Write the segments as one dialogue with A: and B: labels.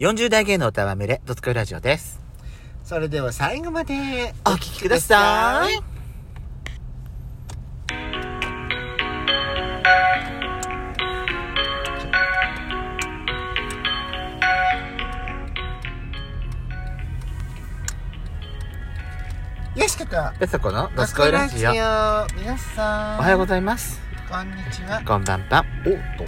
A: 40代芸能歌は群れ、ドスコイラジオです。
B: それでは最後まで
A: お聞きください。
B: よしかと
A: ペソコのドスコイラジオ。お
B: ラジオ皆さん
A: はようご
B: い
A: ざいます。
B: ますこんにちは
A: こんばんは。おっと。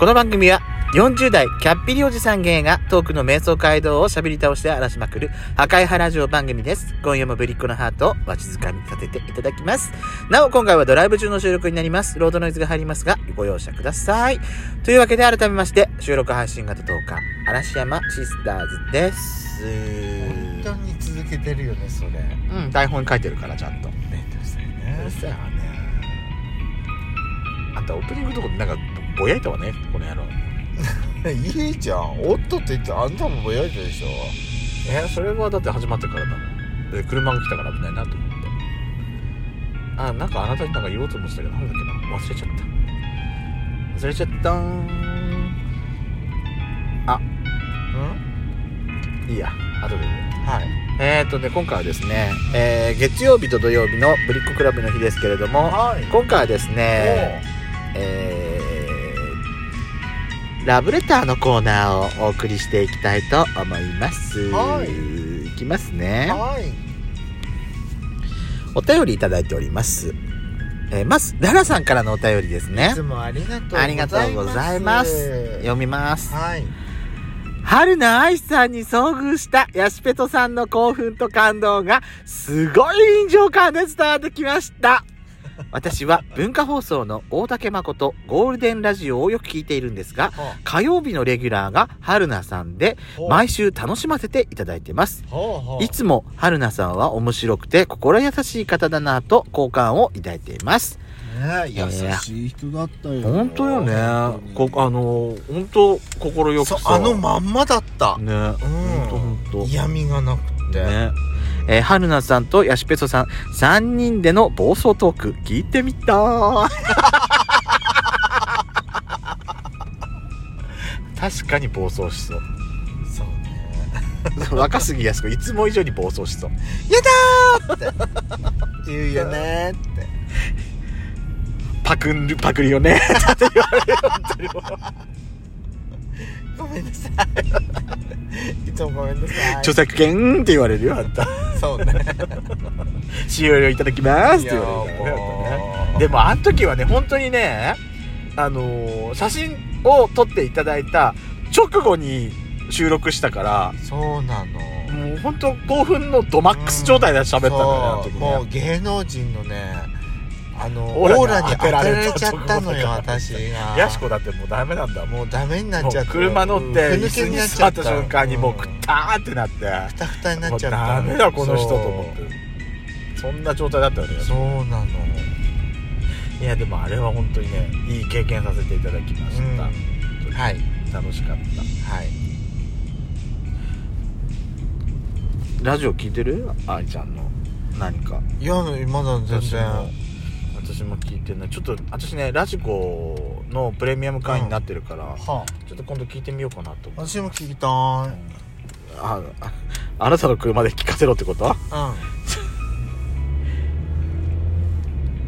A: この番組は、40代キャッピリおじさん芸がトークの瞑想街道を喋り倒して荒らしまくる破壊派ラジオ番組です。今夜もぶりっ子のハートをわしづかみさせていただきます。なお、今回はドライブ中の収録になります。ロードノイズが入りますが、ご容赦ください。というわけで改めまして、収録配信型10日、嵐山シスターズです。
B: 本当に続けてるよねそれめ
A: うん、台本に書いてるから、ちゃんと。
B: んどくさいね
A: うるさいわ
B: ね
A: あんた、オープニングのとこでなんか、ぼやいたわね、この野郎。
B: いいじゃんおっとって言ってあんたもぼやいたでしょ
A: えーそれはだって始まってからだもんで車が来たから危ないなと思ってあなんかあなたになんか言おうと思ってたけどなんだっけな忘れちゃった忘れちゃったー
B: うん
A: いいや後で言う
B: はい
A: えーとね今回はですね、えー月曜日と土曜日のぶりっ子クラブの日ですけれども
B: はい
A: 今回はですね
B: お
A: えーラブレターのコーナーをお送りしていきたいと思います
B: はい
A: いきますね
B: はい
A: お便りいただいております。えーまず、ララさんからのお便りです
B: い
A: ね
B: つ。もありがとうございます
A: ありがとうございます。読みます。
B: はい
A: 春菜愛さんに遭遇したヤシペトさんの興奮と感動がすごい臨場感で伝わってきました。私は文化放送の大竹誠ゴールデンラジオをよく聞いているんですが、火曜日のレギュラーが春菜さんで、毎週楽しませていただいてます。
B: ほうほう
A: いつも春菜さんは面白くて心優しい方だなぁと好感を抱いています。
B: ね優しい人だったよ
A: 本当よね
B: 本当
A: こ
B: に
A: あの本当心よく
B: そう
A: さ
B: あのまんまだった
A: ね
B: うん
A: 本当本当
B: 嫌味がなくて
A: ねえー、春菜さんとヤシペソさん3人での暴走トーク聞いてみたー確かに暴走しそう
B: そうね
A: 若杉靖子いつも以上に暴走しそう
B: 言うよねって
A: パクるパクリよね
B: ごめんなさい いつもごめんなさい
A: 著作権って言われるよあんた
B: そうね
A: 使用料いただきますって言われるからねあんたねでもあの時はね本当にねあのー写真を撮っていただいた直後に収録したから
B: そうなの
A: もう本当興奮のドマックス状態で喋ったのよ、ね、あの
B: そう
A: 時
B: もう
A: ね
B: 芸能人のねあの
A: オ
B: オ
A: ー
B: ー
A: ラ
B: ラ
A: に
B: に
A: 当
B: 当
A: て
B: て
A: ら
B: ら
A: れた
B: れちゃったのよ私が
A: ヤシコだってもうダメなんだも
B: もうダメになっ
A: う
B: ちゃった
A: 車乗って
B: うん
A: 椅子に座った瞬間にもうくたーってなって
B: くたくたにな
A: も
B: っ
A: う
B: ちゃった
A: ダメだこの人と思ってそんな状態だったよね
B: そうそうなの
A: いやでもあれは本当にねいい経験させていただきまし
B: うん
A: た、
B: は
A: 本当に
B: いはい
A: 楽しかったラジオ聞いてる愛ちゃんの何か
B: いやまだ全
A: 私も
B: 然
A: 私も聞いてないちょっと私ねラジコのプレミアム会員になってるから、ちょ
B: は
A: っと今度聞いてみようかなと思って
B: 私も聞きたい
A: あああなたの車で聞かせろってこと
B: う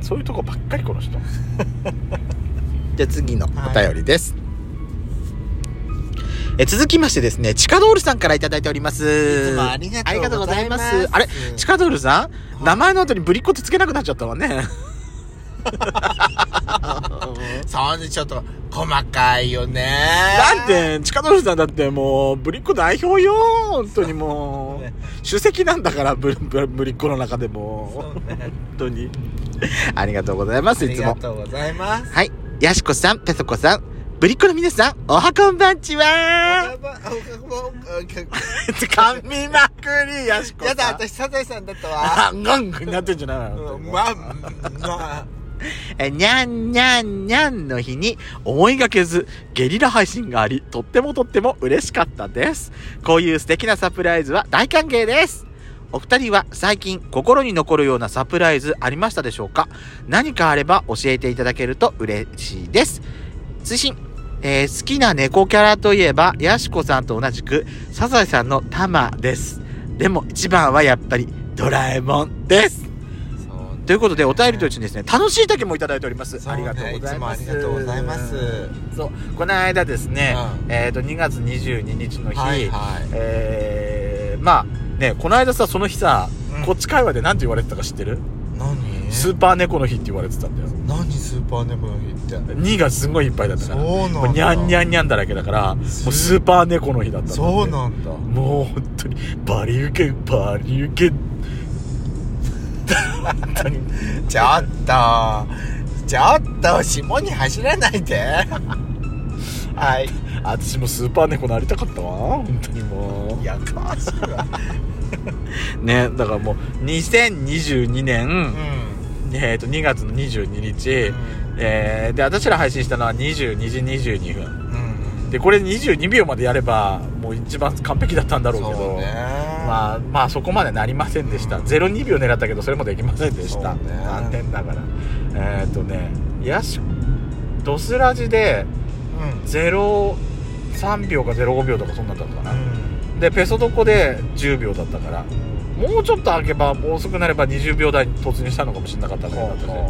A: そういうとこばっかりこの人 じゃあ次のお
B: はい
A: 便りです、え続きましてですねチカドールさんからいただいております
B: いつもありがとうございます
A: ありがとうございあれチカドールさん
B: い
A: 名前の後にぶりっ子ってつけなくなっちゃったわ ね
B: んそうねちょっと細かいよね
A: だって、チカドルさんだってもう、ぶりっ子代表よ本当にも
B: ね
A: う。主席なんだから、ぶぶぶりっ子の中でも。
B: そう
A: 本
B: ね
A: 当に。ありがとうございま
B: あ
A: す、い
B: り
A: つ
B: が
A: も。
B: とうございます
A: はい。ヤシコさん、ペソコさん、ぶりっ子の皆さん、おはこんばんちは
B: やばや
A: 噛みまくり、ヤシコさん。
B: だ私サザエさんだったわ
A: あ、ガンガンになってんじゃないの
B: う
A: 本当
B: ん
A: に
B: まあまあ
A: えにゃんにゃんにゃんの日に思いがけずゲリラ配信があり、とってもとっても嬉しかったです。こういう素敵なサプライズは大歓迎です。お二人は最近心に残るようなサプライズありましたでしょうか何かあれば教えていただけると嬉しいです。推進えー好きな猫キャラといえば、ヤシコさんと同じく、サザエさんのタマです。でも一番はやっぱり、ドラえもんです。
B: そうね
A: ということで、お便りと一緒にですね、楽しい竹もいただいております。
B: そう
A: あり
B: ね
A: がとうございます。
B: いつもありがとうございます。
A: そう、この間ですね、
B: うん
A: えっ、と、2月22日の日、
B: はいはい
A: えーまあ、ね、この間さ、その日さ、
B: うん
A: こっち界隈で何て言われてたか知ってる
B: 何
A: スーパー猫の日って言われてたんだよ。
B: 何スーパーネムの日って
A: 2がすんごいいっぱいだったから。
B: そ
A: も
B: うな
A: うんに
B: だ
A: ゃんにゃんにゃんだらけだから、もう
B: す
A: スーパー猫の日だったんだって
B: そうなんだ
A: もう本当に、バリウケ、バリウケ。本当に。
B: ちょっとちょっと霜に走らないで はい
A: 私もスーパー猫なりたかったわ本当にも
B: やかましいわ
A: うねだからもう2022
B: う
A: 年、
B: ん
A: えー、と2月の22日、えーで私ら配信したのは22時22分
B: うん
A: でこれ22秒までやればもう一番完璧だったんだろうけ
B: そ
A: ど
B: うね
A: まあまあそこまでなりませんでした、
B: うん
A: 02秒狙ったけどそれもできませんでした、
B: そうね
A: 残念ながらえっ、とねやしドスラジで
B: う
A: 03秒か05秒とかそんなんだったかな、
B: んうん
A: でペソドコで10秒だったからもうちょっと開けば遅くなれば20秒台に突入したのかもしれなかったぐらいだった
B: そう
A: ね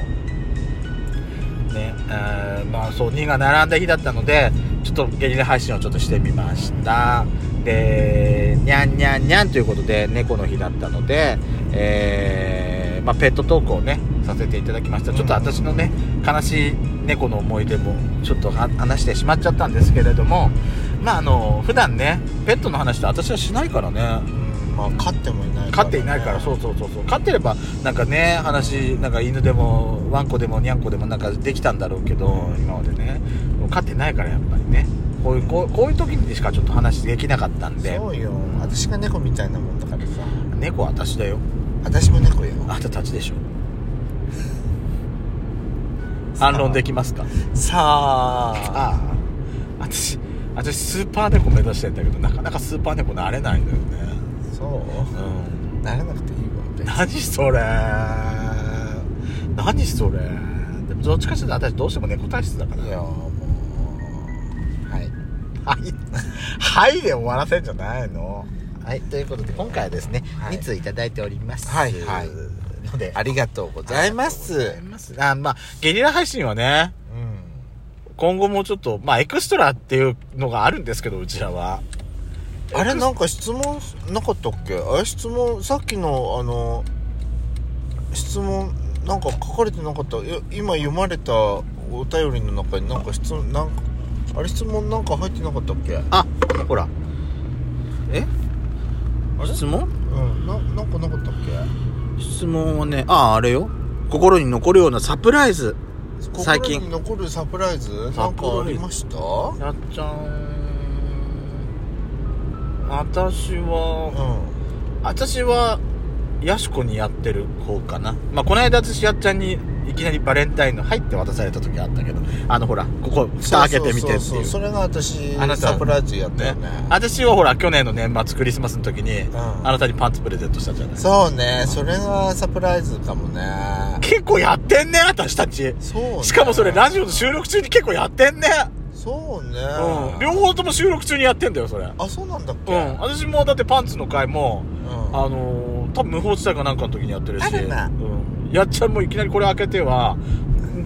A: ねえーまあそう2が並んだ日だったのでちょっとゲリラ配信をちょっとしてみましたでにゃんにゃんにゃんということで猫の日だったのでえーまあ、ペットトークをねさせていただきましたちょっと私のね悲しい猫の思い出もちょっとは話してしまっちゃったんですけれどもまああの普段ねペットの話って私はしないからね
B: うんまあ飼ってもいない
A: 飼っていないからそううそうそうそう飼ってればなんかね話なんか犬でもワンコでもニャンコでもなんかできたんだろうけど今までね飼ってないからやっぱりねこういうこうこういう時にしかちょっと話できなかったんで
B: そうよ私が猫みたいなもんだからさ
A: 猫は私だよ
B: 私も猫よ
A: あなたたちでしょ反論できますか
B: さあ
A: ああ私私スーパー猫目指してんだけどなかなかスーパー猫なれないんだよね
B: そう
A: うん
B: ならなくていいわ別に
A: 何それ何それでもどっちかというと私どうしても猫体質だから
B: いやもうはい
A: はい
B: はいで終わらせんじゃないの
A: はいということで今回はですね、
B: はい
A: 2通いただいております
B: はいはい
A: ので
B: ありがとうございます
A: ありがとうございますあまあゲリラ配信はね
B: うん
A: 今後もちょっとまあエクストラっていうのがあるんですけどうちらは
B: あれなんか質問なかったっけあれ質問さっきのあの質問なんか書かれてなかったいや今読まれたお便りの中になんか質問なんかあれ質問なんか入ってなかったっけ
A: あほらえ質問
B: うんななんかなかったっけ
A: 質問はねあああれよ心に残るようなサプライズ最近
B: 心に残るサプライズ
A: サ
B: な
A: プライズ
B: んかありました
A: やっちゃん私は
B: う
A: 私はやしこにやってる方かなまあこの間私やっちゃんにいきなりバレンタインの「はい」って渡された時あったけどあのほらここ
B: ん
A: 蓋開けてみてっていう
B: そうそうそうそれが私
A: あなた
B: サプライズやったよ
A: ね
B: ね
A: 私はほら去年の年末クリスマスの時に、
B: ん
A: あなたにパンツプレゼントしたじゃない
B: そうねそれがサプライズかもね
A: 結構やってんね私たち
B: そうね
A: しかもそれラジオの収録中に結構やってんね
B: そうね
A: うん両方とも収録中にやってんだよそれ
B: あそうなんだっけ
A: うん私もだってパンツの回も
B: うん
A: あのー多分無法地帯かなんかの時にやってるし、
B: あらま
A: うん、やっちゃんもいきなりこれ開けては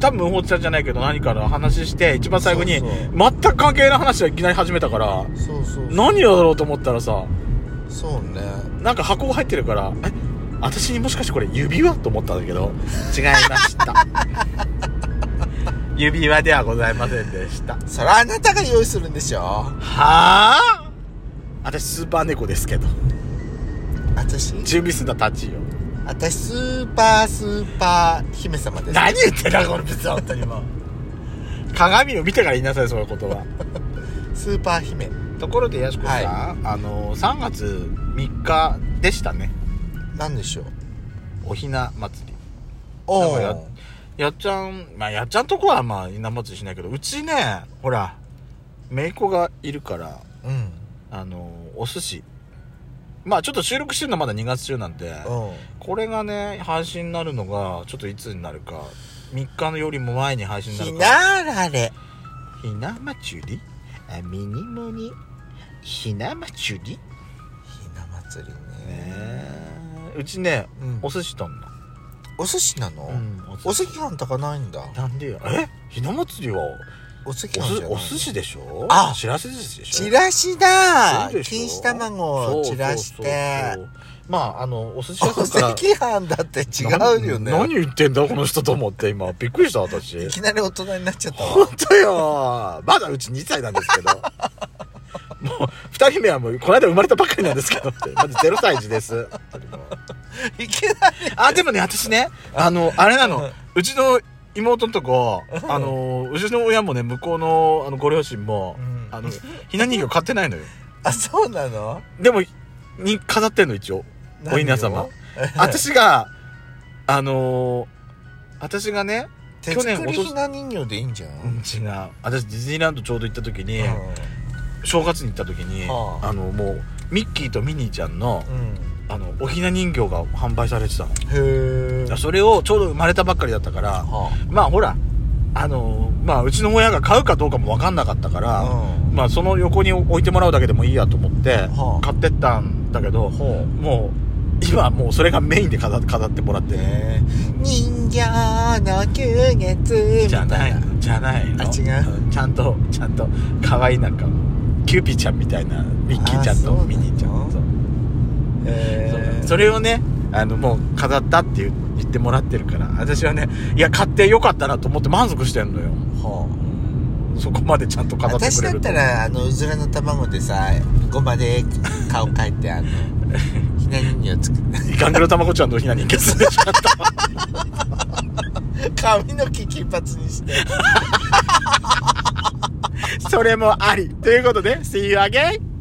A: 多分無法地帯じゃないけど何かの話して一番最後に
B: そうそう
A: 全く関係ない話をいきなり始めたから
B: そうそうそう
A: 何やろうと思ったらさ
B: そうね
A: なんか箱が入ってるからえ私にもしかしてこれ指輪と思ったんだけど違いました 指輪ではございませんでした
B: それあなたが用意するんでしょ
A: はあ私スーパー猫ですけど
B: 私
A: 準備すんだ立ちよ
B: 私スーパースーパー姫様です
A: 何言ってんだこれ別に本当にもう 鏡を見てから言いなさいそういうことは
B: スーパー姫
A: ところでやしこさん、
B: はい
A: あの3月3日でしたね
B: なんでしょう
A: おひな祭り
B: おう
A: なんかやっちゃんまあやっちゃんとこはまあひな祭りしないけどうちねほら姪っ子がいるから
B: うん
A: あのお寿司まあちょっと収録してるのまだ2月中なんで、
B: うん
A: これがね配信になるのがちょっといつになるか3日のよりも前に配信にな
B: ひ
A: るか
B: なあられ
A: ひなまちゅりあみにもにひなまちゅり
B: ひな祭りね
A: ねえうちね
B: うん
A: お寿司とんの、
B: お寿司なの、お
A: お
B: 赤
A: 寿司
B: 飯とかないんだ
A: なんでよえひな祭りは
B: お赤飯
A: お
B: じゃない
A: すお寿司でしょ
B: あ
A: しらす寿司でしょ
B: チラシだ
A: そうでしょ
B: 錦糸卵を散らして
A: そうそうそうまああのお寿司
B: お
A: 屋さんから
B: 赤飯だって違うよね
A: な何言ってんだこの人と思って今びっくりした私
B: いきなり大人になっちゃったわ
A: 本当よまだうち2歳なんですけどもう2人目はもうこの間生まれたばっかりなんですけどってまず0歳児です本当にもう
B: いきなり
A: あでもね私ねあのあれな
B: う
A: の
B: ん
A: うちの妹のとこあのうちの親もね向こうのあのご両親も、
B: うん
A: あのひな人形買ってないのよ
B: あそうなの
A: でもに飾ってんの一応お稲様
B: 私
A: 私があのー私がね
B: 手
A: 去年
B: 作りひな人形でいいんじゃん、
A: うん違う私ディズニーランドちょうど行った時に、正月に行った時に、
B: はあ
A: あのもうミッキーとミニーちゃんの
B: うんうん
A: あのおひな人形が販売されてたの
B: へえ
A: それをちょうど生まれたばっかりだったからまあほらあのまあうちの親が買うかどうかも分かんなかったから、
B: うん
A: まあその横に置いてもらうだけでもいいやと思って
B: はあ
A: 買ってったんだけど、
B: ほ
A: もう今もうそれがメインで飾飾ってもらっ
B: う
A: て、
B: ね人形の9月
A: じ
B: みた
A: ゃ
B: いな
A: ないじゃないの
B: あ違うん
A: ちゃんとちゃんと可愛いなんかキューピーちゃんみたいなミッキーちゃん
B: あ
A: と
B: そうなの
A: ミニーちゃんと
B: へー
A: それをねあのもう飾ったって言う言ってもらってるから私はねいや買ってよかったなと思って満足してんのよ
B: はあ
A: そこまでちゃんと飾って
B: 私
A: くれ
B: だっ
A: ると
B: たらあのうずらの卵でさごまで顔描い てあのひな人形作る
A: ガングロたまごちゃんのひな人形するしかった
B: 髪の毛金髪にして
A: それもありということで See you again!